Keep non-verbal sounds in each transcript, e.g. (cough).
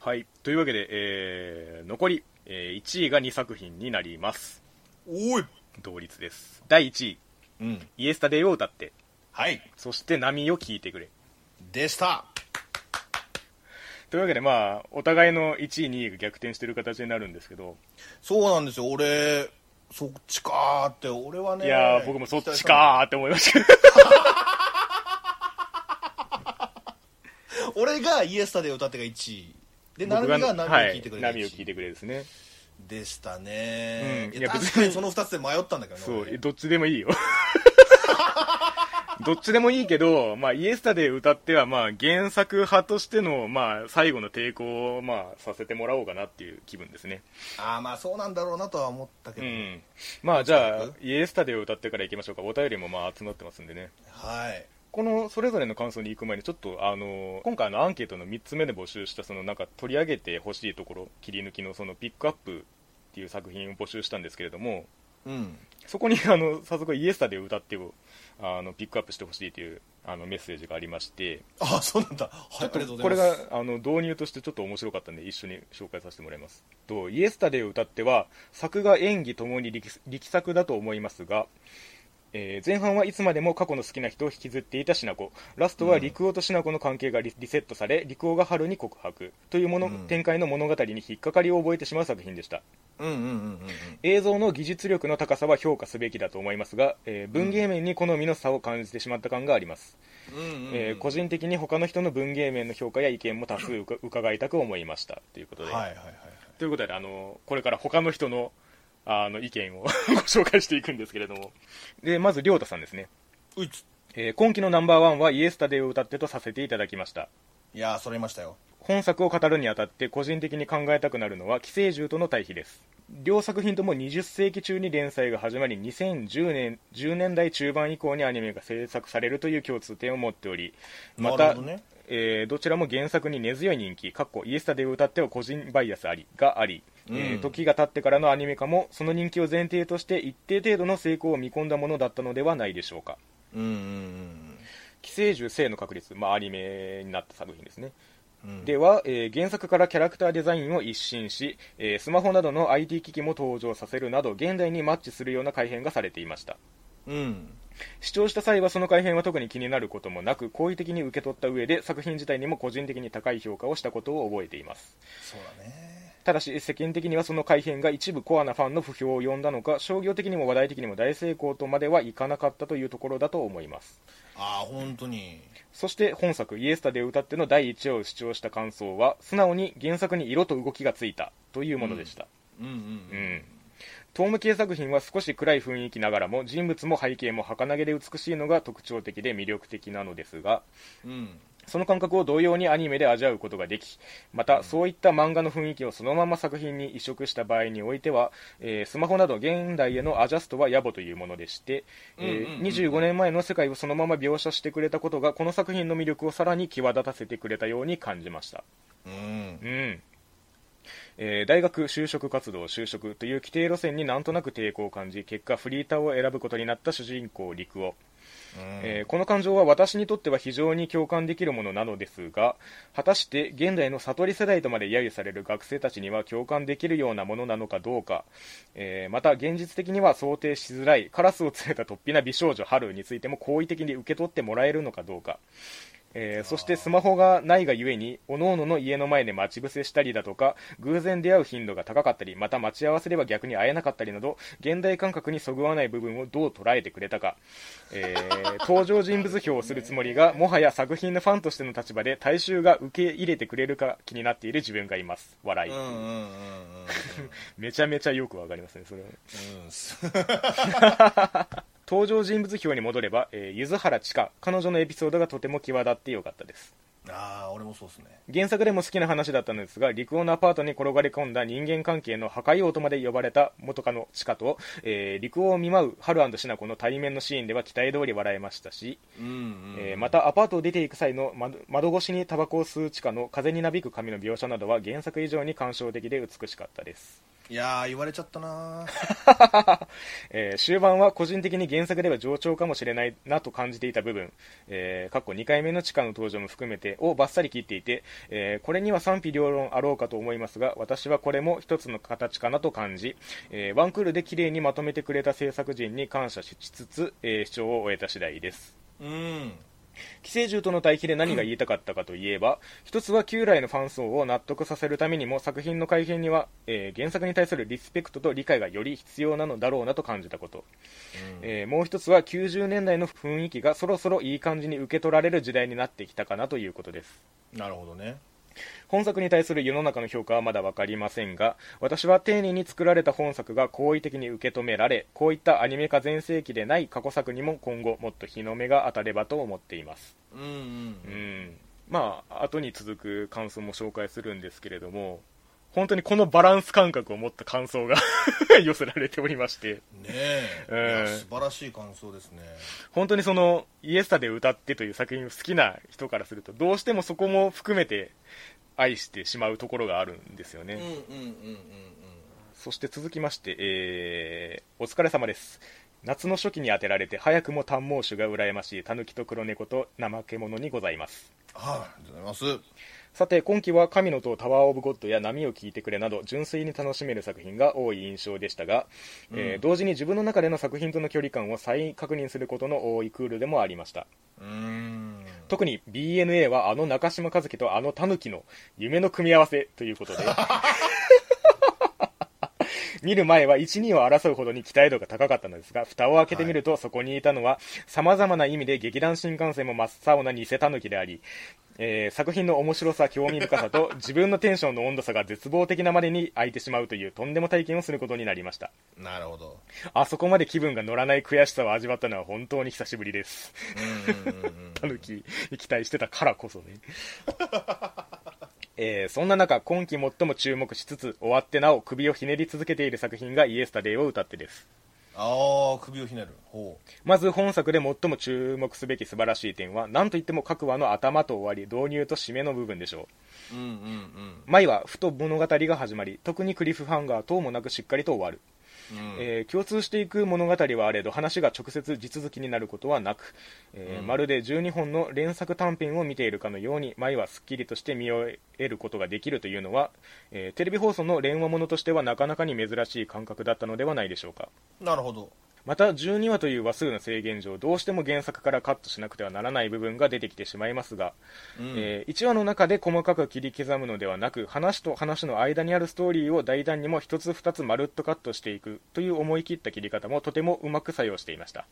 はい。というわけで、えー、残り、えー、1位が2作品になります。おい同率です。第1位、うんイエスタデイを歌って、はいそして波を聴いてくれ。でしたというわけで、まあ、お互いの1位、2位が逆転してる形になるんですけど、そうなんですよ俺そっちかーって俺はねいやー、僕もそっちかーって思いましたけど、俺がイエスタで歌ってが1位で成僕美がが波を聞いてくれはたい、波を聞いてくれですね。でしたうね、んいいやや別に確かにその2つで迷ったんだけどねそう、俺どっちでもいいよ。 (laughs) どっちでもいいけど、まあ、イエスタで歌っては、まあ、原作派としての、まあ、最後の抵抗を、まあ、させてもらおうかなっていう気分ですね。ああまあそうなんだろうなとは思ったけうど、ん。まあ、じゃあうん、イエスタで歌ってから行きましょうか。お便りも、まあ、集まってますんでね。はいこの、それぞれの感想に行く前に、ちょっと、あの、今回のアンケートの3つ目で募集した、その、なんか、取り上げてほしいところ、切り抜きの、その、ピックアップっていう作品を募集したんですけれども、うんそこにあの早速、イエスタで歌ってをあのピックアップしてほしいというあのメッセージがありまして、ああそうなんだはいありがとうごこざれいがますあの導入としてちょっと面白かったんで、一緒に紹介させてもらいます。とイエスタでを歌っては、作画、演技ともに力力作だと思いますが、えー前半はいつまでも過去の好きな人を引きずっていたしなこラストは陸王としなこの関係がリリセットされ、陸王が春に告白というもの、うん展開の物語に引っかかりを覚えてしまう作品でした。うんうんうんうん映像の技術力の高さは評価すべきだと思いますが、えー文芸面に好みの差を感じてしまった感があります、うんうんうんえー個人的に他の人の文芸面の評価や意見も多数うか伺いたく思いましたということで、はいはいはいはいということであのこれから他の人のあの意見を (laughs) ご紹介していくんですけれどもでまず亮太さんですね、ういつえー今期のナンバーワンはイエスタデイを歌ってとさせていただきましたいやーそれましたよ本作を語るにあたって個人的に考えたくなるのは寄生獣との対比です両作品とも20世紀中に連載が始まり2010年10年代中盤以降にアニメが制作されるという共通点を持っておりまなたるほどねえーどちらも原作に根強い人気かっこイエスタで歌っては個人バイアスありがあり、えーうん時が経ってからのアニメ化もその人気を前提として一定程度の成功を見込んだものだったのではないでしょうかうんうん寄生獣性の確率、まあ、アニメになった作品ですねうんうんでは、えー原作からキャラクターデザインを一新し、えースマホなどの IT 機器も登場させるなど現代にマッチするような改変がされていましたうん視聴した際はその改変は特に気になることもなく好意的に受け取った上で作品自体にも個人的に高い評価をしたことを覚えていますそうだねただし世間的にはその改変が一部コアなファンの不評を呼んだのか商業的にも話題的にも大成功とまではいかなかったというところだと思いますああ本当にそして本作「イエスタで歌って」の第1話を視聴した感想は素直に原作に色と動きがついたというものでした、うんうんううんん、トーム系作品は少し暗い雰囲気ながらも人物も背景も儚げで美しいのが特徴的で魅力的なのですがうんその感覚を同様にアニメで味わうことができまたそういった漫画の雰囲気をそのまま作品に移植した場合においては、えースマホなど現代へのアジャストは野暮というものでして、えーうんうんうんうん25年前の世界をそのまま描写してくれたことがこの作品の魅力をさらに際立たせてくれたように感じましたうんうんえー大学、就職活動、就職という規定路線になんとなく抵抗を感じ結果、フリーターを選ぶことになった主人公、陸夫、えーこの感情は私にとっては非常に共感できるものなのですが果たして現代の悟り世代とまで揶揄される学生たちには共感できるようなものなのかどうか、えーまた現実的には想定しづらいカラスを連れた突飛な美少女春についても好意的に受け取ってもらえるのかどうか、えーそしてスマホがないがゆえに各々の家の前で待ち伏せしたりだとか偶然出会う頻度が高かったりまた待ち合わせれば逆に会えなかったりなど現代感覚にそぐわない部分をどう捉えてくれたか、え (laughs) ー登場人物評をするつもりがもはや作品のファンとしての立場で大衆が受け入れてくれるか気になっている自分がいます笑うい、んうんうんうんうんめちゃめちゃよくわかりますねそれは (laughs) うん登場人物表に戻れば、えー、柚原千佳彼女のエピソードがとても際立ってよかったですああ俺もそうっすね原作でも好きな話だったのですが陸王のアパートに転がり込んだ人間関係の破壊王とまで呼ばれた元カノチカと、えー陸王を見舞う春シナコの対面のシーンでは期待通り笑えましたし、うんうんえーまたアパートを出ていく際の窓窓越しにタバコを吸うチカの風になびく髪の描写などは原作以上に感傷的で美しかったですいやー言われちゃった (laughs) なーえー終盤は個人的に原作では上長かもしれないなと感じていた部分、えー、かっこ2回目の地下の登場も含めてをバッサリ切っていて、えーこれには賛否両論あろうかと思いますが私はこれも一つの形かなと感じ、えーワンクールで綺麗にまとめてくれた制作陣に感謝しつつ、えー視聴を終えた次第ですうん寄生獣との対比で何が言いたかったかといえば、一つは旧来のファン層を納得させるためにも作品の改編には、えー原作に対するリスペクトと理解がより必要なのだろうなと感じたこと、えーもう一つは90年代の雰囲気がそろそろいい感じに受け取られる時代になってきたかなということですなるほどね本作に対する世の中の評価はまだ分かりませんが私は丁寧に作られた本作が好意的に受け止められこういったアニメ化全盛期でない過去作にも今後もっと日の目が当たればと思っていますうんうんうんまあ後に続く感想も紹介するんですけれども本当にこのバランス感覚を持った感想が (laughs) 寄せられておりましてねえ、うんいや素晴らしい感想ですね本当にその「イエスタで歌って」という作品を好きな人からするとどうしてもそこも含めて愛してしまうところがあるんですよね、うんうんうんうんそして続きまして、えーお疲れ様です夏の初期に当てられて早くも短毛種が羨ましいタヌキと黒猫と怠け者にございますはい、ありがとうございますさて今期は神の塔タワー・オブ・ゴッドや波を聞いてくれなど純粋に楽しめる作品が多い印象でしたが、えー同時に自分の中での作品との距離感を再確認することの多いクールでもありましたうーん特に BNA はあの中島和樹とあのタヌキの夢の組み合わせということ (laughs) で見る前は1、2を争うほどに期待度が高かったのですが蓋を開けてみると、そこにいたのはさまざまな意味で劇団新幹線も真っ青な偽タヌキであり、えー作品の面白さ、興味深さと自分のテンションの温度差が絶望的なまでに空いてしまうというとんでも体験をすることになりましたなるほどあそこまで気分が乗らない悔しさを味わったのは本当に久しぶりですうんうんうんうんタヌキに期待してたからこそね、えーそんな中今季最も注目しつつ終わってなお首をひねり続けている作品が「イエスタデイ」を歌ってですああ首をひねるほまず本作で最も注目すべき素晴らしい点は何といっても各話の頭と終わり導入と締めの部分でしょうううんうんうん前はふと物語が始まり特にクリフハンガー等もなくしっかりと終わるうんえー共通していく物語はあれど話が直接地続きになることはなく、えーうんまるで12本の連作短編を見ているかのように前はすっきりとして見終えることができるというのは、えーテレビ放送の連話ものとしてはなかなかに珍しい感覚だったのではないでしょうかなるほどまた12話という話数の制限上どうしても原作からカットしなくてはならない部分が出てきてしまいますが、うんえ1話の中で細かく切り刻むのではなく話と話の間にあるストーリーを大胆にも1つ2つまるっとカットしていくという思い切った切り方もとてもうまく作用していました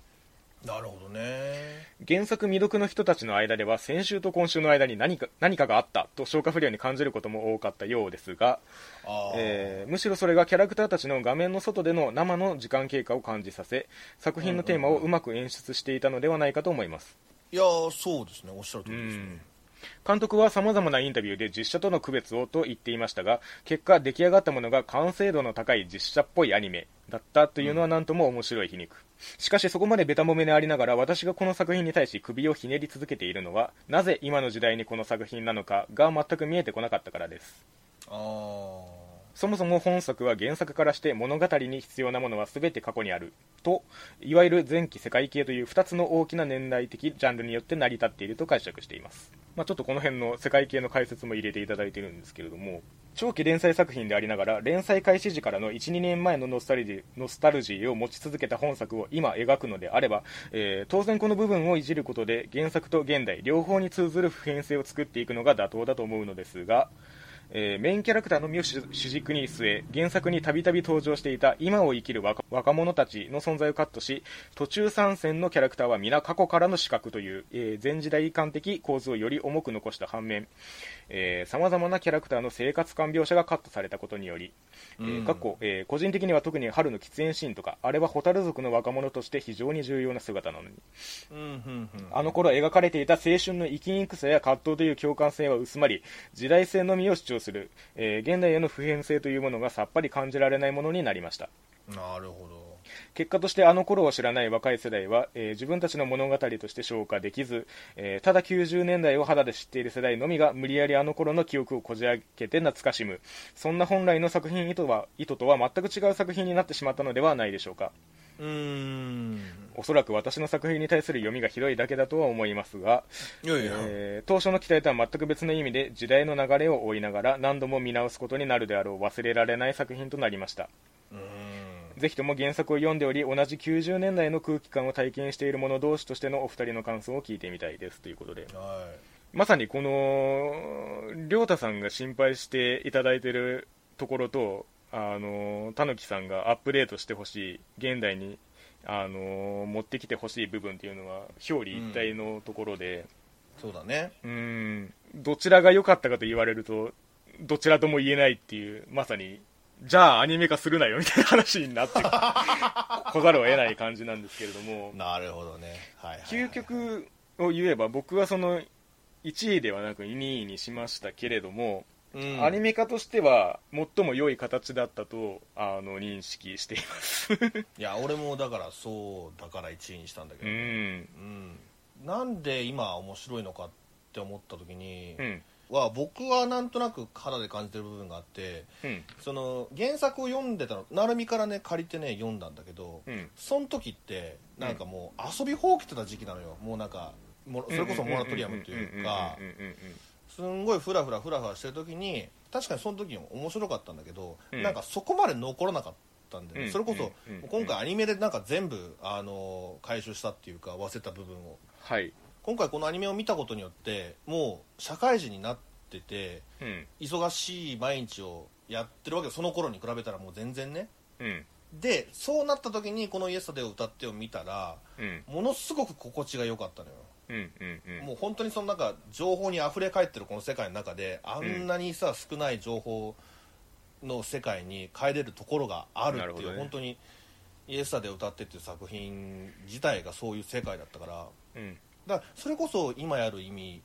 なるほどね原作未読の人たちの間では先週と今週の間に何か何かがあったと消化不良に感じることも多かったようですが、ああ、えーむしろそれがキャラクターたちの画面の外での生の時間経過を感じさせ作品のテーマをうまく演出していたのではないかと思いますいやーそうですねおっしゃる通りですね監督は様々なインタビューで実写との区別をと言っていましたが結果出来上がったものが完成度の高い実写っぽいアニメだったというのはなんとも面白い皮肉、しかしそこまでベタ褒めでありながら私がこの作品に対し首をひねり続けているのはなぜ今の時代にこの作品なのかが全く見えてこなかったからですああそもそも本作は原作からして物語に必要なものは全て過去にあるといわゆる前期世界系という2つの大きな年代的ジャンルによって成り立っていると解釈しています、まあ、ちょっとこの辺の世界系の解説も入れていただいてるんですけれども長期連載作品でありながら連載開始時からの12年前のノスタルジーノスタルジーを持ち続けた本作を今描くのであれば、えー当然この部分をいじることで原作と現代両方に通ずる普遍性を作っていくのが妥当だと思うのですがえーメインキャラクターの身を主主軸に据え原作にたびたび登場していた今を生きる若若者たちの存在をカットし途中参戦のキャラクターは皆過去からの資格という、えー前時代感的構図をより重く残した反面さまざまなキャラクターの生活感描写がカットされたことにより、えーうん過去、えー個人的には特に春の喫煙シーンとかあれは蛍族の若者として非常に重要な姿なのにうんうんうんあの頃描かれていた青春の生きにくさや葛藤という共感性は薄まり時代性のみを主張する、えー現代への普遍性というものがさっぱり感じられないものになりましたなるほど結果としてあの頃を知らない若い世代は、えー自分たちの物語として消化できず、えーただ90年代を肌で知っている世代のみが無理やりあの頃の記憶をこじ開けて懐かしむそんな本来の作品意図は意図とは全く違う作品になってしまったのではないでしょうかうーんおそらく私の作品に対する読みがひどいだけだとは思いますが、いやいや、えー当初の期待とは全く別の意味で時代の流れを追いながら何度も見直すことになるであろう忘れられない作品となりましたうーんぜひとも原作を読んでおり同じ90年代の空気感を体験している者同士としてのお二人の感想を聞いてみたいですということではまさにこの亮太さんが心配していただいてるところとあのたぬきさんがアップデートしてほしい現代にあの持ってきてほしい部分っていうのは表裏一体のところで、いそうだねうーんどちらが良かったかと言われるとどちらとも言えないっていうまさにじゃあアニメ化するなよみたいな話になってこざるを得ない感じなんですけれどもなるほどねはいはい、はい、究極を言えば僕はその1位ではなく2位にしましたけれども、うんアニメ化としては最も良い形だったとあの認識していますいや俺もだからそうだから1位にしたんだけうど、んうんなんで今面白いのかって思った時に、うんは僕はなんとなく肌で感じてる部分があってうんその原作を読んでたの成美からね借りてね読んだんだけど、うんその時ってなんかもう遊びほうけてた時期なのよもうなんかもろそれこそモラトリアムというかうんうんうんうんうんすんごいフラフラフラフラしてる時に確かにその時も面白かったんだけど、うんなんかそこまで残らなかったんで、うんそれこそうんうん今回アニメでなんか全部、あの回収したっていうか忘れた部分をはい、今回このアニメを見たことによってもう社会人になっててうん忙しい毎日をやってるわけその頃に比べたらもう全然ねうんでそうなった時にこの「イエスタデーを歌ってを見たらうんものすごく心地が良かったのようんうんうんもう本当にそのなんか情報に溢れ返ってるこの世界の中であんなにさ少ない情報の世界に帰れるところがあるなるっほていどう、ね本当に「イエスタで歌って」っていう作品自体がそういう世界だったからうんだからそれこそ今やる意味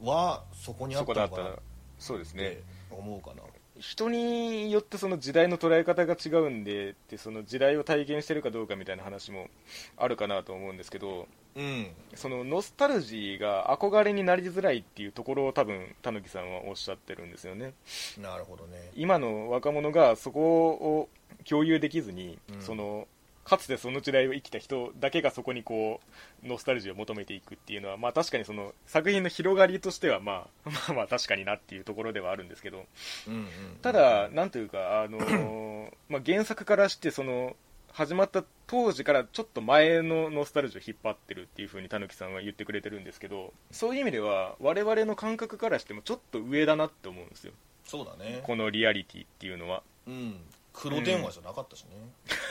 はそこにあそったこだのっかたなっらそうですねて思うかな、人によってその時代の捉え方が違うんでってその時代を体現してるかどうかみたいな話もあるかなと思うんですけどうんそのノスタルジーが憧れになりづらいっていうところを多分たぬきさんはおっしゃってるんですよねなるほどね今の若者がそこを共有できずに、うんそのかつてその時代を生きた人だけがそこにこうノスタルジーを求めていくっていうのは、まあ、確かにその作品の広がりとしては、まあ、まあまあ確かになっていうところではあるんですけどうんうんただ、なんというか、あのーまあ、原作からしてその始まった当時からちょっと前のノスタルジーを引っ張ってるっていう風にたぬきさんは言ってくれてるんですけどそういう意味では我々の感覚からしてもちょっと上だなって思うんですよそうだねこのリアリティっていうのはうん黒電話じゃなかったしね、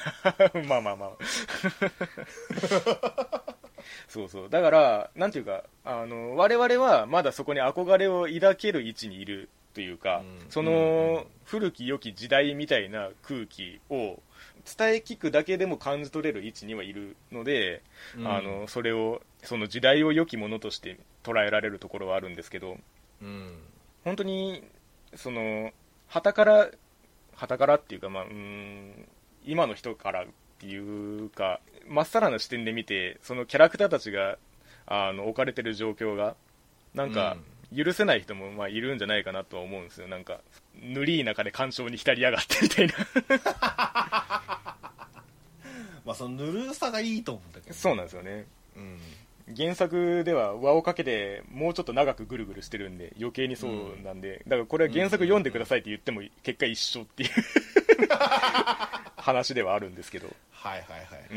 (laughs) まあまあまあそうそうだからなんていうかあの我々はまだそこに憧れを抱ける位置にいるというか、うんそうんうんの古き良き時代みたいな空気を伝え聞くだけでも感じ取れる位置にはいるので、うんあのそれをその時代を良きものとして捉えられるところはあるんですけどうん本当にその旗から旗からっていうかまあうーん今の人からっていうかまっさらな視点で見てそのキャラクターたちがあの置かれてる状況がなんか許せない人もまあいるんじゃないかなとは思うんですよなんかぬりい中で感傷に浸りやがってみたいなまあそのぬるさがいいと思うんだけど、そうなんですよねうん原作では輪をかけてもうちょっと長くぐるぐるしてるんで余計にそうなんで、だからこれは原作読んでくださいって言っても結果一緒っていう話ではあるんですけどはいはいはい、う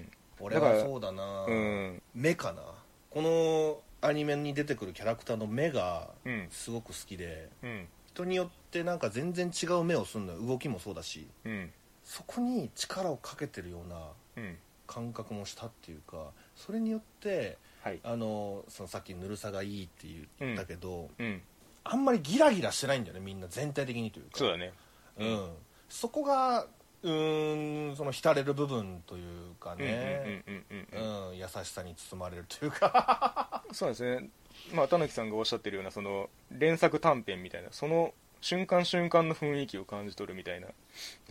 ん俺はそうだな、うん目かなこのアニメに出てくるキャラクターの目がうんすごく好きで、うん人によってなんか全然違う目をするのよ動きもそうだしうんそこに力をかけてるようなうん感覚もしたっていうかそれによってはいあのそのさっきぬるさがいいって言ったけど、うんあんまりギラギラしてないんだよねみんな全体的にというかそうだねうん、そこがうーんその浸れる部分というかね、うんうんうんううんうんん優しさに包まれるというかそうなんですねまあたぬきさんがおっしゃってるようなその連作短編みたいなその瞬間瞬間の雰囲気を感じ取るみたいな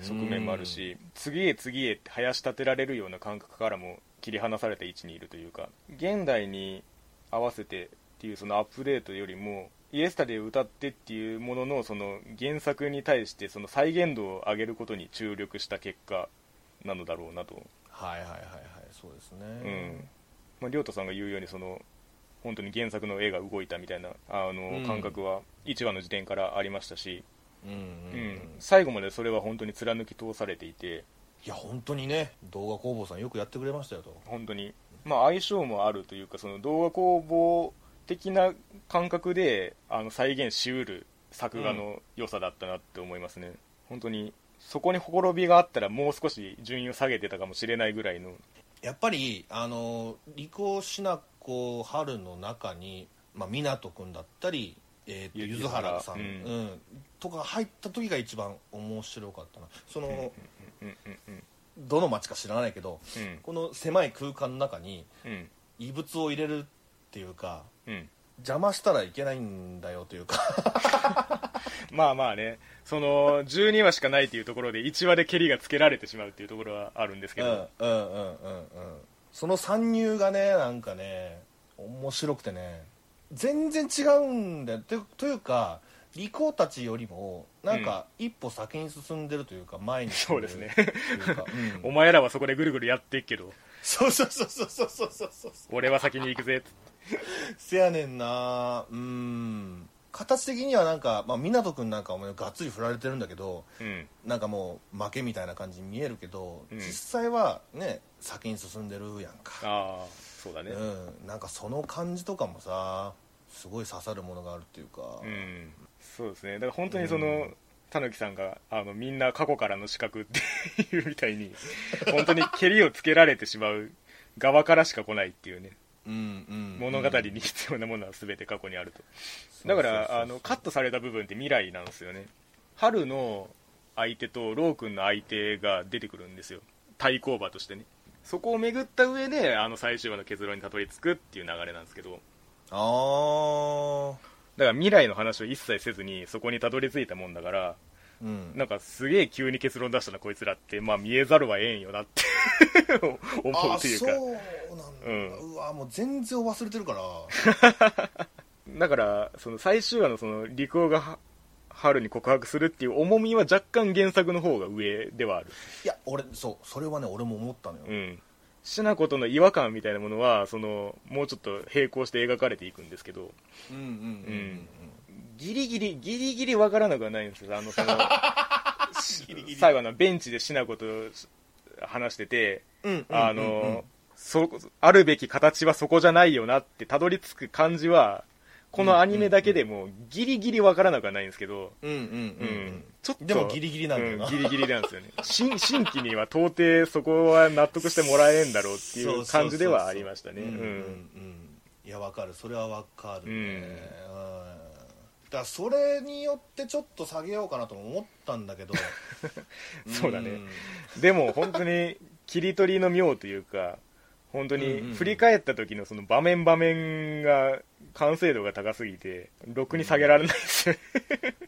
側面もあるし次へ次へって林立てられるような感覚からも切り離された位置にいるというか現代に合わせてっていうそのアップデートよりもイエスタで歌ってっていうもののその原作に対してその再現度を上げることに注力した結果なのだろうなと、 (laughs) はいはいはいはいそうですうねんまあ、亮太さんが言うようにその本当に原作の絵が動いたみたいなあうんの感覚は1話の時点からありましたし、うんうんうんうん最後までそれは本当に貫き通されていていや本当にね動画工房さんよくやってくれましたよと本当に、まあ、相性もあるというかその動画工房的な感覚であの再現しうる作画の良さだったなって思いますね、本当にそこにほころびがあったらもう少し順位を下げてたかもしれないぐらいのやっぱりあのリコしなこ春の中に、まあ、湊君だったり、えーとゆ柚原さん、う柚ん原うとか入った時が一番面白かったなその、うんうんうんどの町か知らないけどうんこの狭い空間の中にうん異物を入れるっていうかうん邪魔したらいけないんだよというかまあまあねその12話しかないというところで1話で蹴りがつけられてしまうっていうところはあるんですうけんど、うんうんうんうんその参入がねなんかね面白くてね全然違うんだよとというか利口たちよりもなんか一歩先に進んでるというか前に進んるそうですというか、うおん前らはそこでぐるぐるやってっけどそうそうそうそうそうそうそうそう俺は先に行くぜっつってせやねんなうん形的にはなんか、まあ、湊君なんかもがっつり振られてるんだけどうんなんかもう負けみたいな感じに見えるけど、うん実際はね先に進んでるやんかああそうだねうん、なんかその感じとかもさすごい刺さるものがあるっていうか、うん、そうですねだから本当にそうのんたぬきさんがあのみんな過去からの資格っていうみたいに本当に蹴りをつけられてしまう側からしか来ないっていうねうんうん物語に必要なものは全て過去にあるとそだうかそうそうらあのカットされた部分って未来なんですよね春の相手とロー君の相手が出てくるんですよ対抗馬としてねそこを巡った上であの最終話の結論にたどり着くっていう流れなんですけどあだから未来の話を一切せずにそこにたどり着いたもんだからあうんなんかすげえ急に結論出したなこいつらって、まあ、見えざるはええんよなって (laughs) 思あうというかそうなんだ、ううんわもう全然忘れて (laughs) るからだからその最終話のその利口がは春に告白するっていう重みは若干原作の方が上ではあるいや俺そうそれはね俺も思ったのよ、うんしなことの違和感みたいなものはそのもうちょっと並行して描かれていくんですけどうん、うんうんうんうんギリギリギリギリわからなくはないんですよあのその (laughs) ギリギリ最後あのベンチでしなこと話しててうんうんあうんうんの、そ、あるべき形はそこじゃないよなってたどり着く感じは、このアニメだけでもギリギリわからなくはないんですけど、うんううんうん、んうんちょっと。でもギリギリなんだよなうギリギリなん (laughs) ですよね。新、新規には到底そこは納得してもらえんだろうっていう感じではありましたね。そううそうそううんうんん。うんいやわかるそれはわかるね、うんうんだからそれによってちょっと下げようかなとも思ったんだけど (laughs) そうだねんでも本当に切り取りの妙というか、本当うんうんに振り返った時のその場面場面が完成度が高すぎて、ろくに下げられないですよね。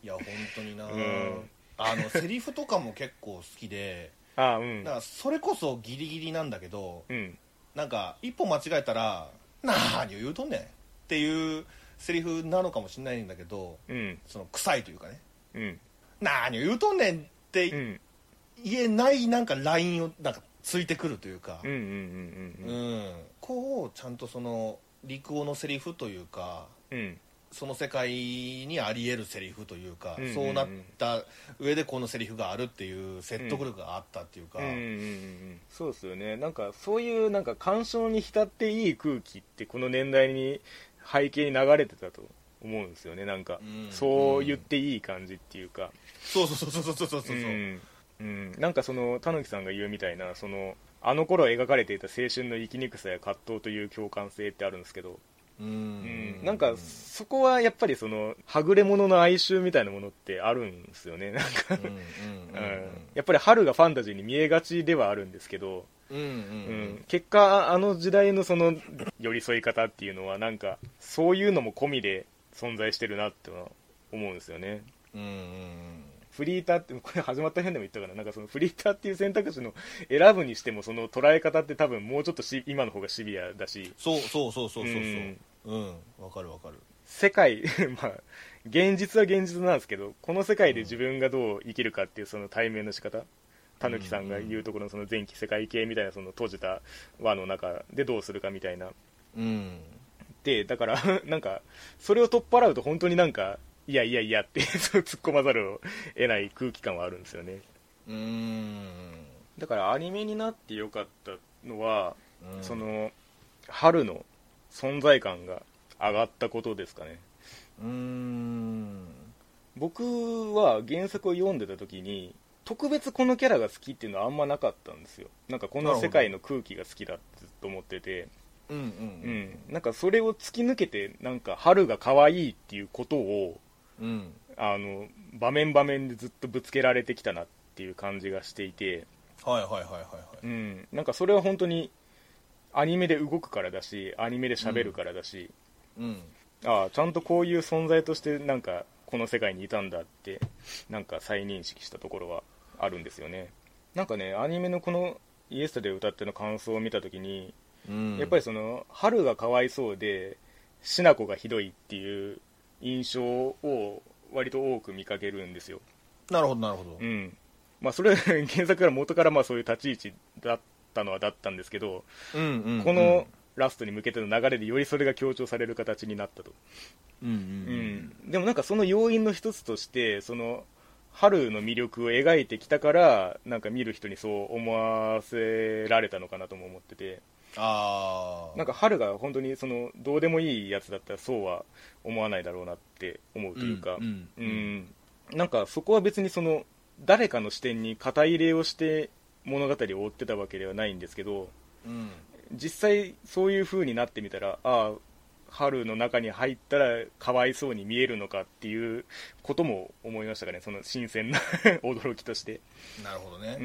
いや本当にな、うんあのセリフとかも結構好きでああ、うんだか。らそれこそギリギリなんだけどうん。なんか一歩間違えたら「なーにを言うとんねん」っていうセリフなのかもしれないんだけどうん。その臭いというかねうん。 「なーにを言うとんねん」ってうん。言えないなんかラインをなんかついてくるというか、うんうんううんうんうんこうちゃんとその陸王のセリフというかうんその世界にあり得るセリフというか、うんうんうんそうなった上でこのセリフがあるっていう説得力があったっていうか、うんうんうんうんそうですよねなんかそういうなんか感傷に浸っていい空気ってこの年代に背景に流れてたと思うんですよねなんか、うんそう言っていい感じっていうかそうそうそうそうそうそうそう、んうんなんかそのたぬきさんが言うみたいなそのあの頃描かれていた青春の生きにくさや葛藤という共感性ってあるんですけど、うんうんなんかそこはやっぱりそのはぐれ者の哀愁みたいなものってあるんですよねなんかうんうんうんやっぱり春がファンタジーに見えがちではあるんですけど、うんうんううんん、結果あの時代のその寄り添い方っていうのはなんかそういうのも込みで存在してるなっては思うんですよねうんうんフリーターってこれ始まった辺でも言ったからなんかそのフリーターっていう選択肢の選ぶにしてもその捉え方って多分もうちょっとし今の方がシビアだしそうそうそうそうそうそううんうんわかるわかる世界 (laughs) まあ現実は現実なんですけどこの世界で自分がどう生きるかっていうその対面の仕方たぬきさんが言うところのその前期世界系みたいなその閉じた輪の中でどうするかみたいなうんでだから (laughs) なんかそれを取っ払うと本当になんかいやいやいやって (laughs) そう突っ込まざるを得ない空気感はあるんですよねうんうんだからアニメになってよかったのは、その春の存在感が上がったことですかねうん僕は原作を読んでた時に特別このキャラが好きっていうのはあんまなかったんですよなんかこの世界の空気が好きだってずっと思っててうんううんんなんかそれを突き抜けてなんか春が可愛いっていうことをうんうんあの場面場面でずっとぶつけられてきたなっていう感じがしていて、はいはいはいはいはういん、なんかそれは本当にアニメで動くからだしアニメで喋るからだし、うんああちゃんとこういう存在としてなんかこの世界にいたんだってなんか再認識したところはあるんですよねなんかねアニメのこの「イエスタで歌って」の感想を見た時にうんやっぱりその春がかわいそうでしなこがひどいっていう印象を割と多く見かけるんですよなるほどなるほどうんまあそれ (laughs) 原作から元からまあそういう立ち位置だったのはだったんですけどうんうんこのラストに向けての流れでよりそれが強調される形になったとうんうんうん、でもなんかその要因の一つとしてその春の魅力を描いてきたからなんか見る人にそう思わせられたのかなとも思っててああなんか春が本当にそのどうでもいいやつだったらそうは思わないだろうなって思うというか、うんううんんなんかそこは別にその誰かの視点に肩入れをして物語を追ってたわけではないんですけどうん実際そういう風になってみたらああ春の中に入ったらかわいそうに見えるのかっていうことも思いましたかねその新鮮な (laughs) 驚きとしてなるほどうねー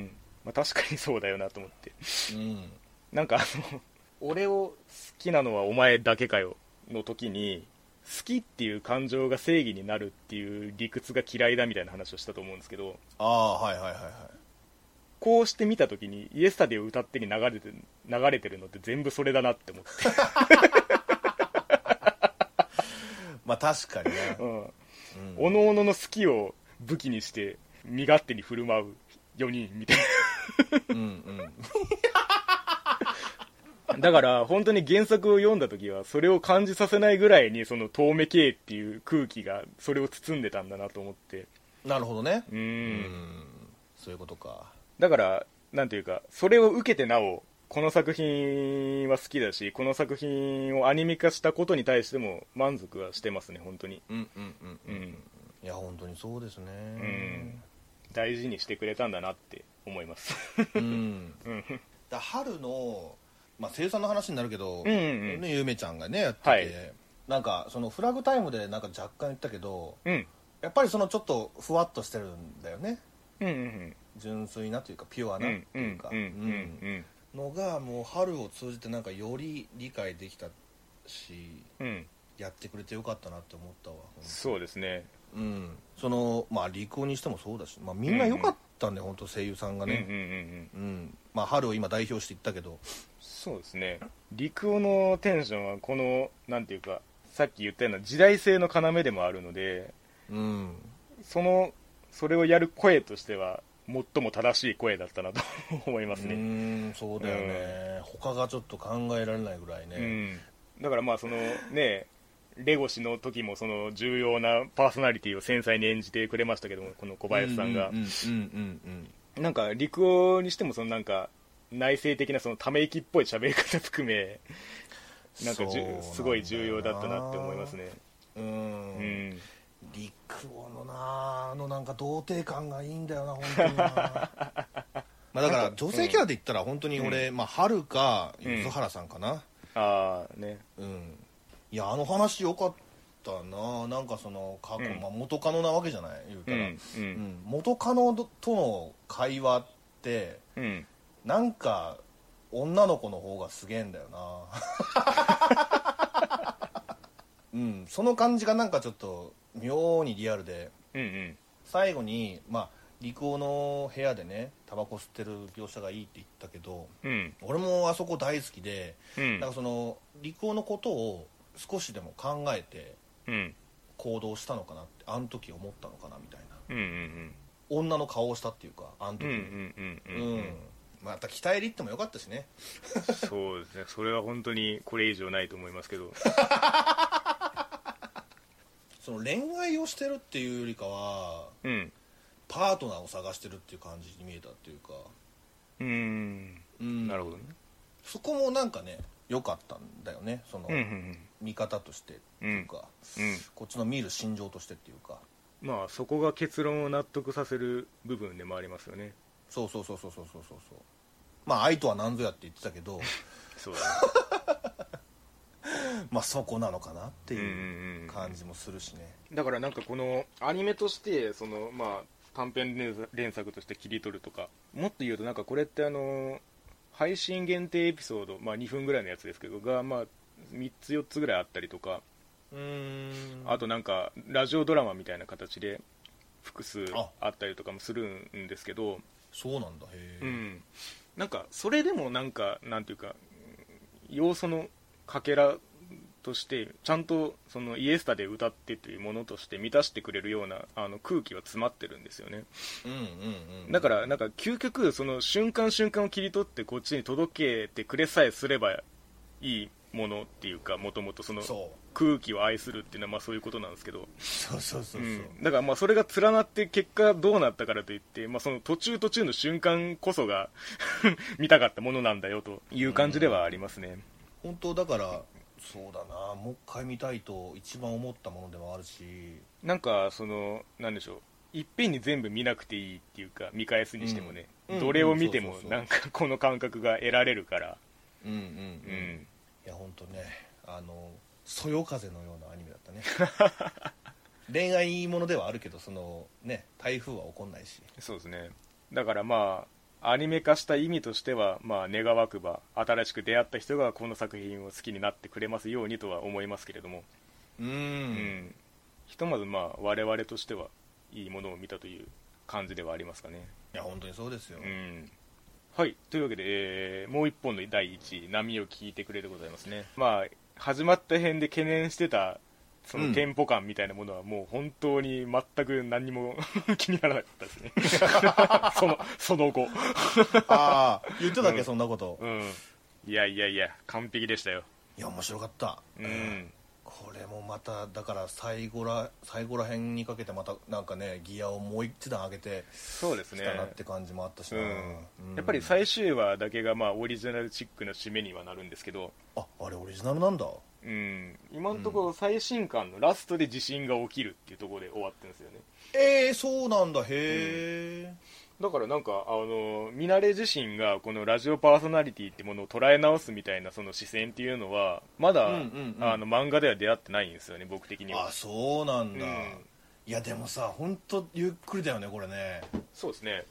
ん、まあ、確かにそうだよなと思ってうんなんかあの俺を好きなのはお前だけかよの時に好きっていう感情が正義になるっていう理屈が嫌いだみたいな話をしたと思うんですけどああはいはいはいはいこうして見た時に「イエスタデイを歌って」に流れて流れてるのって全部それだなって思ってまあ確かにねうんうんおのおのの好きを武器にして身勝手に振る舞う4人みたいうんうんなだから本当に原作を読んだ時はそれを感じさせないぐらいにその遠目系っていう空気がそれを包んでたんだなと思ってなるほどねうんうんそういうことかだからなんていうかそれを受けてなおこの作品は好きだしこの作品をアニメ化したことに対しても満足はしてますね本当にうんうんうんううんんいや本当にそうですうねん大事にしてくれたんだなって思いますうんうんだ春の、まあ、生産の話になるけど、うんうんね、ゆめちゃんがねやってて、はいなんかそのフラグタイムでなんか若干言ったけどうんやっぱりそのちょっとふわっとしてるんだよねうんうん純粋なというかピュアうなんとういうんかうんうんううんんのがもう春を通じてなんかより理解できたしうん、やってくれてよかったなって思ったわ、ほんとそうですね。うん、そのまあ離婚にしてもそうだし、まあ、みんなよかったんで、本当声優さんがうんうんうんね、うん。うんまあ、春を今代表していったけどそうですね。陸王のテンションはこのなんていうか、さっき言ったような時代性の要でもあるので、うんそのそれをやる声としては最も正しい声だったなと思いますうね。ーんそうだよね、他がちょっと考えられないぐらいうん。ね、だからまあそのね。レゴシの時もその重要なパーソナリティを繊細に演じてくれましたけどもこの小林さんが、うんうんうんうんなんか陸王にしてもそのなんか内省的なそのため息っぽい喋り方含めなんかじゅすごい重要だったなって思いますね。うんううんん、陸王のなあのなんか童貞感がいいんだよな本当にな (laughs) まあだから女性キャラで言ったら本当に俺、まあ春かうん柚原さんかなああね。うん、いやあの話よかったななんかその過去、うんまあ、元カノなわけじゃない言ううたら、んううんん元カノとの会話ってうん。なんか女の子の方がすげえんだよ (laughs) なうんその感じがなんかちょっと妙にリアルでうんうん最後にまあ陸王の部屋でねタバコ吸ってる描写がいいって言ったけどうん俺もあそこ大好きで、うんなんかその陸王のことを少しでも考えてうん行動したのかなってあの時思ったのかなみたいなうんうん女の顔をしたっていうかあうの時んうにんうんうんううんうんんまた鍛えりってもよかったしねそうですねそれは本当にこれ以上ないと思いますけどその恋愛をしてるっていうよりかはうんパートナーを探してるっていう感じに見えたっていうか、うーんうんなるほどねそこもなんかね良かったんだよねそのうんうん見方としてっていうか、うんうんこっちの見る心情としてっていうかまあそこが結論を納得させる部分でもありますよねそうそうそうそうそうそうそうそうまあ愛とは何ぞやって言ってたけ (laughs) どそうだねまあそこなのかなってうんうんういんう感じもするしねだからなんかこのアニメとしてそのまあ短編連作連作として切り取るとかもっと言うとなんかこれってあの配信限定エピソード、まあ、2分ぐらいのやつですけどが、まあ、3つ4つぐらいあったりとかうーんあとなんかラジオドラマみたいな形で複数ああったりとかもするんですけどそうなんだへうえ、ん、なんかそれでもなんかなんていうかうん要素のかけらとしてちゃんとそのイエスタで歌ってというものとして満たしてくれるようなあの空気は詰まってるんですよねうん、うんうんだからなんか究極その瞬間瞬間を切り取ってこっちに届けてくれさえすればいいものっていうかもともとそのそう空気を愛するっていうのはまあそういうことなんですけどそうそうそうそう、うん、だからまあそれが連なって結果どうなったからといって、まあ、その途中途中の瞬間こそが (laughs) 見たかったものなんだよという感じではありますね、本当だからそうだなもう一回見たいと一番思ったものでもあるしなんかそのなんでしょういっぺんに全部見なくていいっていうか見返すにしてもね、うんどれを見てうんもうんそうそうそうなんかこの感覚が得られるから、うんうんうん、うんいや本当ねあのそよ風のようなアニメだったね恋愛ものではあるけどそのね台風は起こんないしそうですねだからまあアニメ化した意味としては、まあ、願わくば新しく出会った人がこの作品を好きになってくれますようにとは思いますけれどもうんうん、ひとまずまあ我々としてはいいものを見たという感じではありますかね。いや本当にそうですよ、うんはいというわけで、えーもう一本の第一位波を聞いてくれでございますね。まあ始まった辺で懸念してたそうんのテンポ感みたいなものはもう本当に全く何にも (laughs) 気にならなかったです (laughs) ねそのその後、 (laughs) ああ言ってたっけ、うんそんなこと、うん、いやいやいや完璧でしたよ、いや面白かった、うんこれもまただから最後ら最後ら辺にかけてまたなんかねギアをもう一段上げてそうですきねたなって感じもあったしな、う、うんんやっぱり最終話だけがまあオリジナルチックな締めにはなるんですけど、ああれオリジナルなんだうん、今のところ最新刊のラストで地震が起きるっていうところで終わってるんですよねえー、そうなんだへえ、だからなんかあのミナレ自身がこのラジオパーソナリティってものを捉え直すみたいなその視線っていうのはまだ、うんうんうんあの漫画では出会ってないんですよね僕的にあはそうなんだ、うんいやでもさ本当ゆっくりだよねこれねそうですね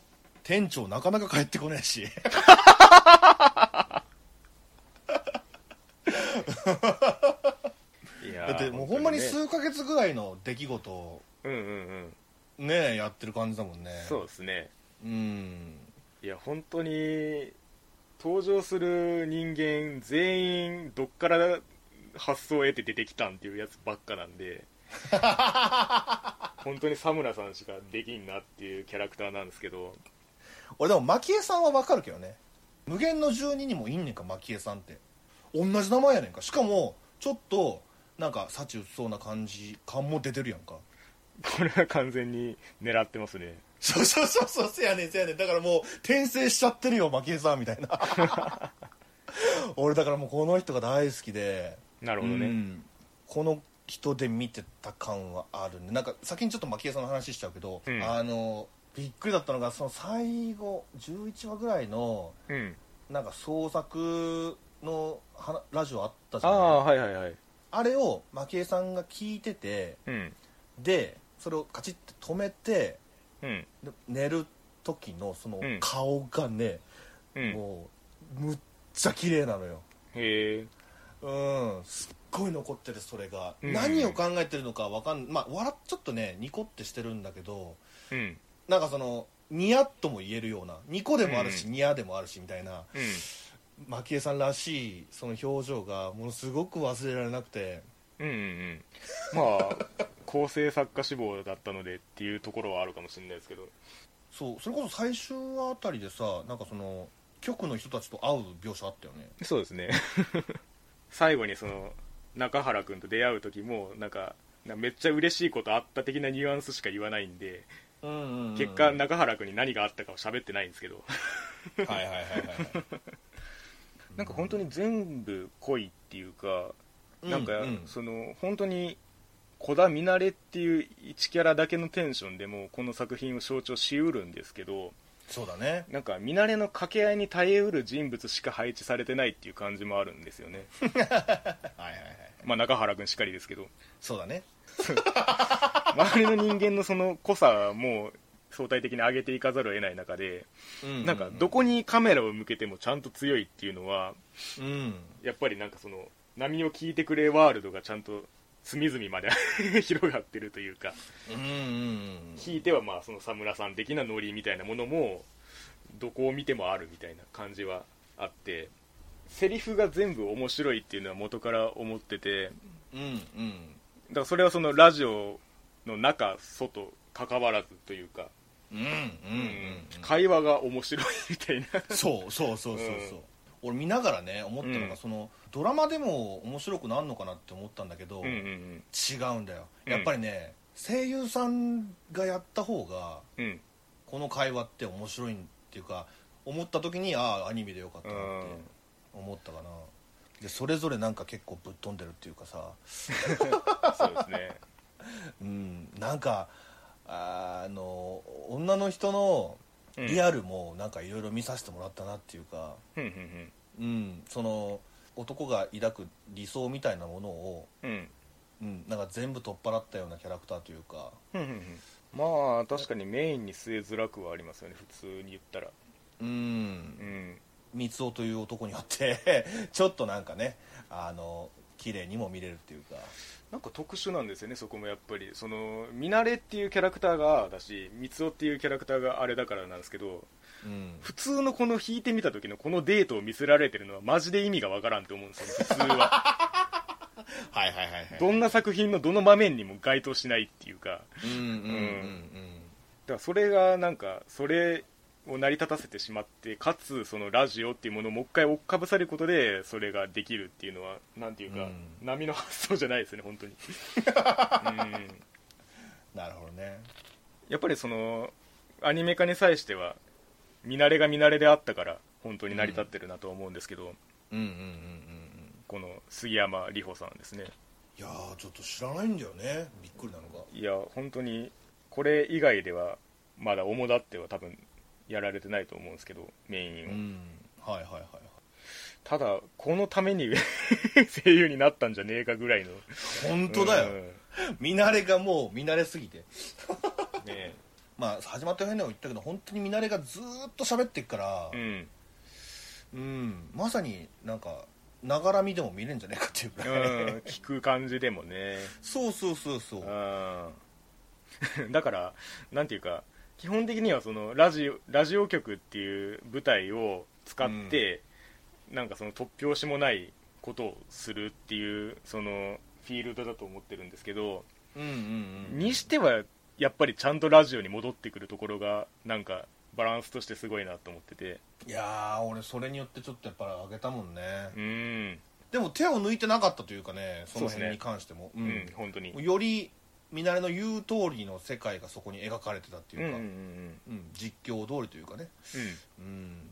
店長なかなか帰ってこないしいやー (laughs) だってもうほんまに本数ヶ月ぐらいの出来事を当にねうんうんうんねやってる感じだもんねそうですねうんいや本当に登場する人間全員どっから発想を得て出てきたんっていうやつばっかなん (laughs) で本当に佐村さんしかできんなっていうキャラクターなんですけど俺でも蒔絵さんは分かるけどね無限の住人にもいんねんか蒔絵さんって同じ名前やねんかしかもちょっとなんか幸うつそうな感じ感も出てるやんかこれは完全に狙ってますねそうそうそうそうせやねんせやねんだからもう転生しちゃってるよ蒔絵さんみたいな俺だからもうこの人が大好きでなるほどうねんこの人で見てた感はあるねなんか先にちょっと蒔絵さんの話しちゃうけど、うんあのびっくりだったのがその最後11話ぐらいのうん、なんか創作のはラジオあったじあゃあないはいはいはいあれを蒔絵さんが聞いててうんでそれをカチッて止めてうんで寝る時のそのうん顔がね、うんもうむっちゃ綺麗なのよへえうんすっごい残ってるそれが、うん何を考えてるのかわかんまあ笑っちょっとねニコってしてるんだけどうんなんかそのニヤッとも言えるようなニコでもあるし、ニヤでもあるしみたいなうん蒔江さんらしいその表情がものすごく忘れられなくてうんうんうんまあ構成作家志望だったのでっていうところはあるかもしれないですけどそうそれこそ最終あたりでさなんかその局の人たちと会う描写あったよねそうですね (laughs) 最後にその中原君と出会う時もなんかなんかめっちゃ嬉しいことあった的なニュアンスしか言わないんで結果中原君に何があったかを喋ってないんですけどはいはいはいはいなんか本当に全部恋っていうか (laughs) なんか、ううんその本当に小田ミナレっていう1キャラだけのテンションでもうこの作品を象徴しうるんですけどそうだねなんかミナレの掛け合いに耐えうる人物しか配置されてないっていう感じもあるんですよねはいはいはいまあ中原君しかりですけどそうだね周りの人間のその濃さはもう相対的に上げていかざるを得ない中でなんかどこにカメラを向けてもちゃんと強いっていうのはうんやっぱりなんかその波を聞いてくれワールドがちゃんと隅々まで (laughs) 広がってるというかうんうんひいてはまあその佐村さん的なノリみたいなものもどこを見てもあるみたいな感じはあってセリフが全部面白いっていうのは元から思っててうんうんだからそれはそのラジオの中外関わらずというか、うんうん会話が面白いみたいなそうそうそうそうそう、俺見ながらね思ったのが、うんそのドラマでも面白くなるのかなって思ったんだけど、うん違うんだようんやっぱりね、声優さんがやった方がうんうんこの会話って面白いっていうか思った時にああアニメでよかったなって思ったかな、でそれぞれなんか結構ぶっ飛んでるっていうかさそうですねうんなんかあーあの女の人のうんリアルもなんかいろいろ見させてもらったなっていうか、うんうんうん、その男が抱く理想みたいなものを、うんうんうん、なんか全部取っ払ったようなキャラクターというか、うんうんうんまあ確かにメインに据えづらくはありますよね普通に言ったらうんう、ん三尾という男によって (laughs) ちょっとなんかねあの綺麗にも見れるっていうかなんか特殊なんですよね、そこもやっぱり、そのミナレっていうキャラクターがああだし、三つっていうキャラクターがあれだからなんですけど、うん普通のこの引いてみた時のこのデートを見せられてるのは、マジで意味がわからんと思うんですよ、普通 (laughs) は。はいはいはいはどんな作品のどの場面にも該当しないっていうか、うんうんうんうんだからそれがなんか、それを成り立たせてしまって、かつ、そのラジオっていうものをもう一回追っかぶされることで、それができるっていうのは、なんていうか、うん波の発想じゃないですよね、本当に。うんなるほどねやっぱりそのアニメ化に際しては見慣れが見慣れであったから本当に成り立ってるなとは思うんですけど、うんうんうんうんこの杉山里穂さんですねいやーちょっと知らないんだよねびっくりなのがいや本当にこれ以外ではまだ主だっては多分やられてないと思うんですけどメインを、んはいはいはいはいただこのために (laughs) 声優になったんじゃねえかぐらいの本当だうんよ見慣れがもう見慣れすぎてねえまあ始まった辺でも言ったけど本当に見慣れがずーっと喋ってっからうんうんまさになんかながら見でも見れるんじゃないかっていうぐうらいん聞く感じでもね (laughs) そうそうそうそううん (laughs) だから、なんていうか、基本的にはそのラジオラジオ局っていう舞台を使って、なんかその突拍子もないことをするっていう、そのフィールドだと思ってるんですけど、うんうんうんにしてはやっぱりちゃんとラジオに戻ってくるところが、なんかバランスとしてすごいなと思ってて、いやー俺それによってちょっとやっぱり上げたもんね、うん、でも手を抜いてなかったというかねそのそうです辺ねに関してもううんん、本当に。より見慣れの言う通りの世界がそこに描かれてたってうんいううんか、ううんん実況通りというかね、うん、うんうん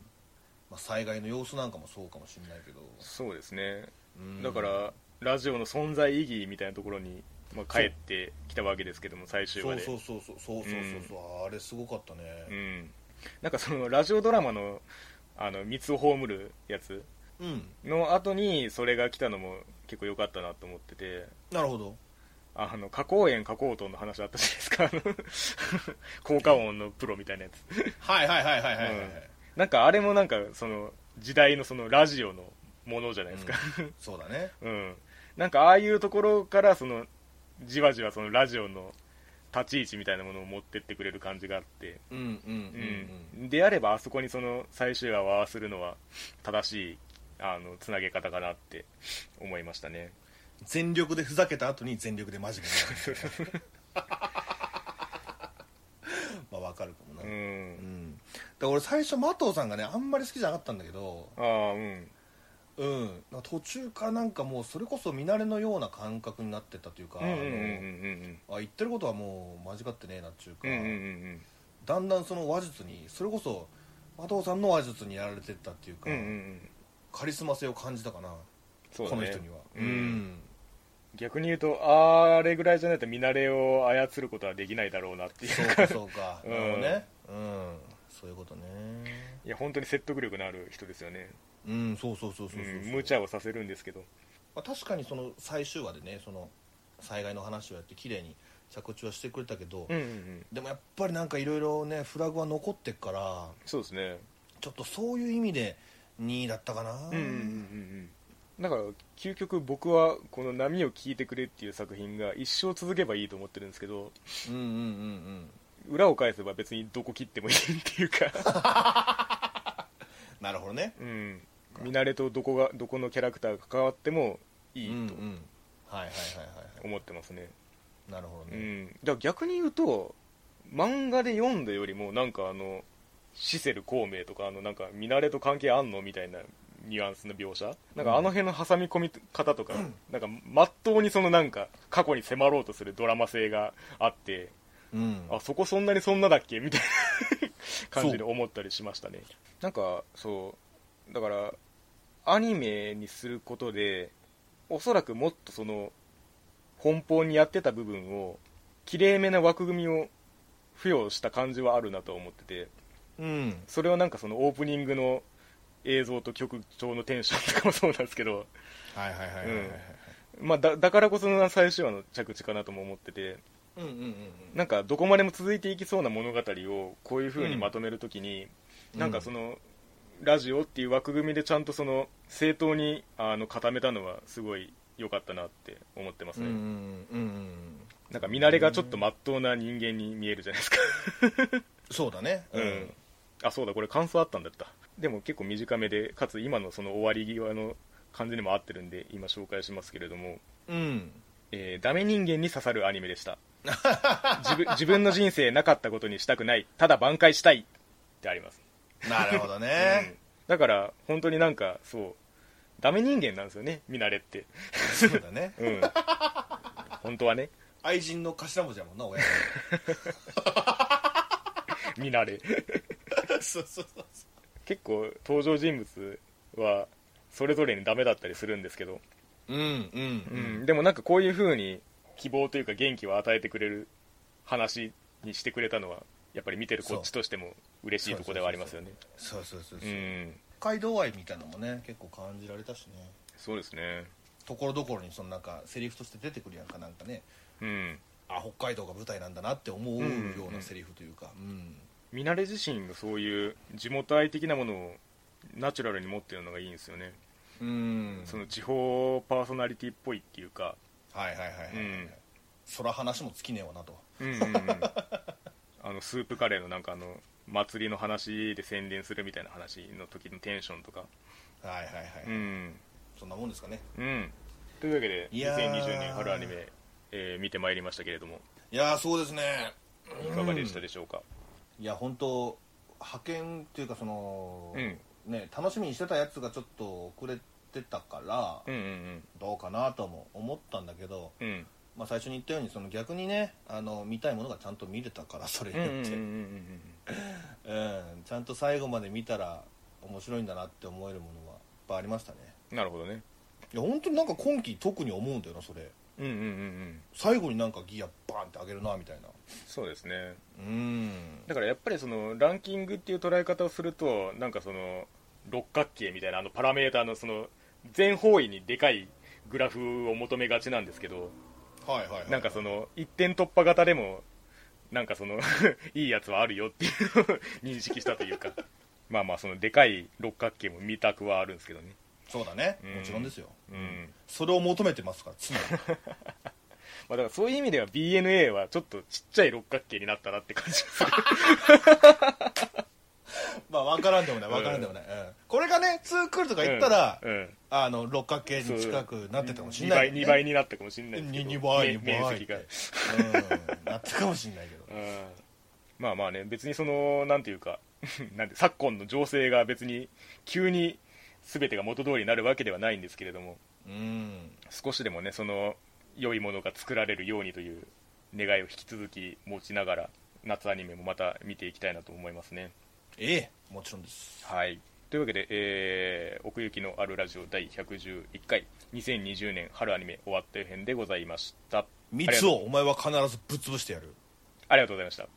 まあ、災害の様子なんかもそうかもしれないけど、そうですね、うんだからラジオの存在意義みたいなところに、まあ、帰ってきたわけですけども最終そ話うでそうそうそうそうそうそう、あれすごかったね、うん、なんかそのラジオドラマのあの三つを葬るやつうん、の後にそれが来たのも結構良かったなと思っててなるほどあの花崗園花崗島の話あったじゃないですかあの (laughs) 効果音のプロみたいなやつ (laughs) はいはいはいはいはいはい、なんかあれもなんかその時代のそのラジオのものじゃないですか、そうだねうん、なんかああいうところからそのじわじわそのラジオの立ち位置みたいなものを持ってってくれる感じがあって、うんうんうんうんであればあそこにその最終話を合わせるのは正しいあのつなげ方かなって思いましたね全力でふざけた後に全力で真面目にな (laughs) るまあわかるかもな、ううんんだから俺最初麻藤さんがねあんまり好きじゃなかったんだけど、ああうんうん、なんか途中からなんかもうそれこそ見慣れのような感覚になってったというか、うんうんうんうんあのあ言ってることはもう間違ってねえなっていうか、うんうんうんうんだんだんその話術にそれこそ麻藤さんの話術にやられてったっていうか、うんうんうんカリスマ性を感じたかな、そうだこねの人には、うん逆に言うとあれぐらいじゃないと見慣れを操ることはできないだろうなっていうそうかそうか、 (laughs) うんなるほどねうんそういうことねいや本当に説得力のある人ですよねうんそうそうそうそうそううんそう無茶をさせるんですけどまあ、確かにその最終話でねその災害の話をやって綺麗に着地はしてくれたけど、うんうんうんでもやっぱりなんかいろいろねフラグは残ってっからそうですねちょっとそういう意味で2位だったかなうんうんうんうんだから究極僕はこの「波を聞いてくれ」っていう作品が一生続けばいいと思ってるんですけどうんうんうん裏を返せば別にどこ切ってもいいっていうか、なるほどねうん、見慣れとどこがどこのキャラクターが関わってもいうんういとんはいはいはいはいは思ってますね、いなるほどうね、ん、だから逆に言うと漫画で読んだよりもなんかあのシセル孔明とかあのなんか見慣れと関係あんのみたいなニュアンスの描写なんかあの辺の挟み込み方とか、なんかまっとうにそのなんか過去に迫ろうとするドラマ性があってうんあそこそんなにそんなだっけみたいな感じで思ったりしましたねなんかそうだからアニメにすることでおそらくもっとその奔放にやってた部分をきれいめな枠組みを付与した感じはあるなと思っててうんそれはなんかそのオープニングの映像と曲調のテンションとかもそうなんですけど、はいはいはいはいはいはいまあ、だだからこその最終話の着地かなとも思っててうんうんうんなんかどこまでも続いていきそうな物語をこういう風にまとめるときに、うんなんかそのラジオっていう枠組みでちゃんとその正当にあの固めたのはすごい良かったなって思ってますうんうね、んうんうんうんなんか見慣れがちょっと真っ当な人間に見えるじゃないですかそうだねうん、あそうだこれ感想あったんだったでも結構短めでかつ今のその終わり際の感じにも合ってるんで今紹介しますけれどもうんえーダメ人間に刺さるアニメでした自分自分の人生なかったことにしたくないただ挽回したいってあります、なるほどうんね、だから本当になんかそうダメ人間なんですよね見慣れってそうだねうん本当はね愛人の頭文字やもんな親見慣れそうそうそう結構登場人物はそれぞれにダメだったりするんですけど、うんうんうんでもなんかこういう風に希望というか元気を与えてくれる話にしてくれたのはやっぱり見てるこっちとしても嬉しいとこではありますよねそうそうそうそう、うん北海道愛みたいなのもね結構感じられたしねそうですねところどころにそのなんかセリフとして出てくるやんかなんかねうんあ北海道が舞台なんだなって思うようなセリフというかうん見慣れ自身がそういう地元愛的なものをナチュラルに持ってるのがいいんですよね、うん、その地方パーソナリティっぽいっていう (laughs) かはいはいはいはい、うんそら話も尽きねえわなとうんうんうんあのスープカレーのなんかあの祭りの話で宣伝するみたいな話の時のテンションとかはいはいはい、うんそんなもんですかねうんというわけでいやー2020年春アニメ、えー見てまいりましたけれどもいやーそうですねいかがでしたでしょうか、いや本当派遣というかその、うんね楽しみにしてたやつがちょっと遅れてたから、うん、うんどうかなとも思ったんだけど、うんうんまあ、最初に言ったようにその逆にねあの見たいものがちゃんと見れたからそれにうんようっんうんて、ううんんちゃんと最後まで見たら面白いんだなって思えるものはいっぱいありましたね (laughs) うんなるほどねいや本当になんか今季特に思うんだよなそれうんうんうんうん最後になんかギアバーンって上げるなみたいなそうですねうんだからやっぱりそのランキングっていう捉え方をするとなんかその六角形みたいなあのパラメーターのその全方位にでかいグラフを求めがちなんですけどはいはい、はい、なんかその一点突破型でもなんかその (laughs) いいやつはあるよっていう (laughs) のを認識したというかまあまあそのでかい六角形も見たくはあるんですけどねそうだね、うんもちろんですようんそれを求めてますから常にまあ、だからそういう意味では BNA はちょっとちっちゃい六角形になったなって感じがす (laughs) る (laughs) まあ分からんでもない分からんでもない、うんこれがねツークールとか行ったら、うんうんあの六角形に近くなってたかもしれ2な倍いよね、二倍になったかもしれないですけどに2倍め2倍面積がうんなってたかもしれないけどうんまあまあね別にそのなんていうか (laughs) なんて昨今の情勢が別に急に全てが元通りになるわけではないんですけれどもうん少しでもねその良いものが作られるようにという願いを引き続き持ちながら夏アニメもまた見ていきたいなと思いますねええもちろんですはいというわけで、えー奥行きのあるラジオ第111回2020年春アニメ終わった編でございました三つををお前は必ずぶっ潰してやるありがとうございました